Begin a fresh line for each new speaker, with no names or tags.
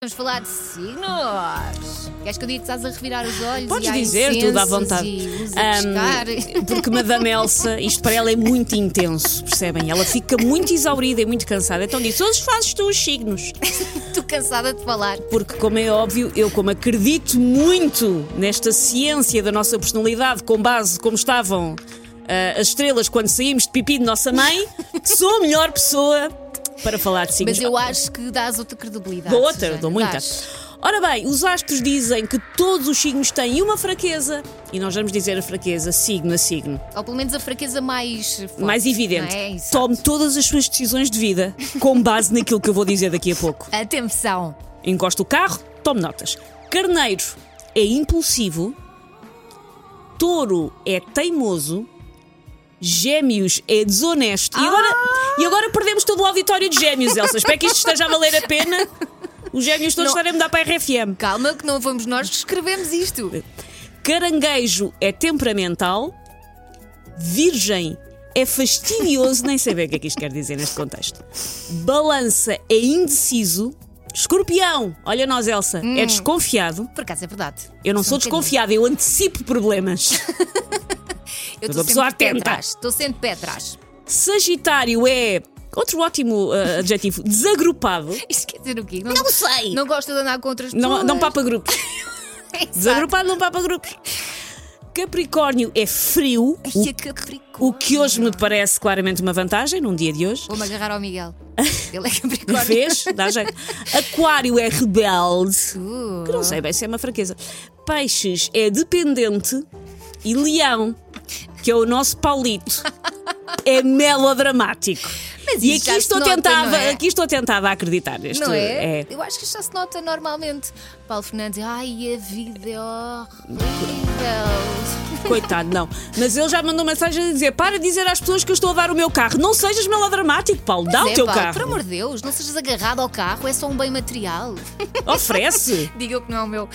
Vamos falar de signos. Queres que eu diga que estás a revirar os olhos?
Podes
e há
dizer tudo à
incensos
vontade.
E os a pescar?
Ahm, porque Madame Elsa, isto para ela é muito intenso, percebem? Ela fica muito exaurida e muito cansada. Então disse: hoje fazes tu os signos.
Estou cansada de falar.
Porque, como é óbvio, eu, como acredito muito nesta ciência da nossa personalidade, com base como estavam ah, as estrelas quando saímos de pipi de nossa mãe, sou a melhor pessoa para falar de signos.
Mas eu acho que dás outra credibilidade.
Dou outra,
Susana,
dou muita.
dás.
Ora bem, os astros dizem que todos os signos têm uma fraqueza. E nós vamos dizer a fraqueza signo a signo.
Ou pelo menos a fraqueza mais forte,
Mais evidente.
não é? Isso.
Tome todas as suas decisões de vida com base naquilo que eu vou dizer daqui a pouco.
Atenção.
Encosta o carro, tome notas. Carneiro é impulsivo. Touro é teimoso. Gêmeos é desonesto. E agora, e
Ah!
agora perdemos todo o auditório de gêmeos, Elsa. Espero que isto esteja a valer a pena. Os gêmeos
Não.
todos estarem a mudar para a RFM.
Calma que não fomos nós que escrevemos isto.
Eh, Caranguejo é temperamental, virgem é fastidioso, nem sei bem o que é que isto quer dizer neste contexto. Balança é indeciso, escorpião, olha nós, Elsa, é desconfiado.
Por acaso é verdade.
Eu não
Hum. um
sou
bocadinho.
desconfiada, eu antecipo problemas.
Eu estou
Sou uma pessoa
sempre de pé
atenta.
atrás. Estou sempre de pé atrás.
Sagitário é outro ótimo ah, adjetivo, desagrupado.
Isto quer dizer o quê? Não,
sei!
não gosta de andar contra as
Não,
pessoas.
não papa grupos.
Exato.
Desagrupado, não papa grupos. Capricórnio é frio,
Ai,
o-
a Capricórnio.
o que hoje me parece claramente uma vantagem num dia de hoje.
Vou-me agarrar ao Miguel. Ele é
Me
Capricórnio.
fez, dá jeito. Aquário é rebelde.
Uh,
Que não sei bem se é uma fraqueza. Peixes é dependente. E leão, que é o nosso Paulito, é melodramático.
Mas
e
isso já se
aqui estou,
nota,
tentada,
não é?
aqui estou tentada a acreditar. Este,
não é? Eu acho que isto já se nota normalmente. Paulo Fernandes, ai, a vida é horrível.
Coitado, não. Mas ele já mandou mensagem a dizer: para de dizer às pessoas que eu estou a dar o meu carro. Não sejas melodramático, Paulo. Dá
Zé,
o teu
Paulo, é Por
carro.
amor de é Deus, não sejas agarrado ao carro, é só um bem material.
Oferece.
Diga o que não é o meu.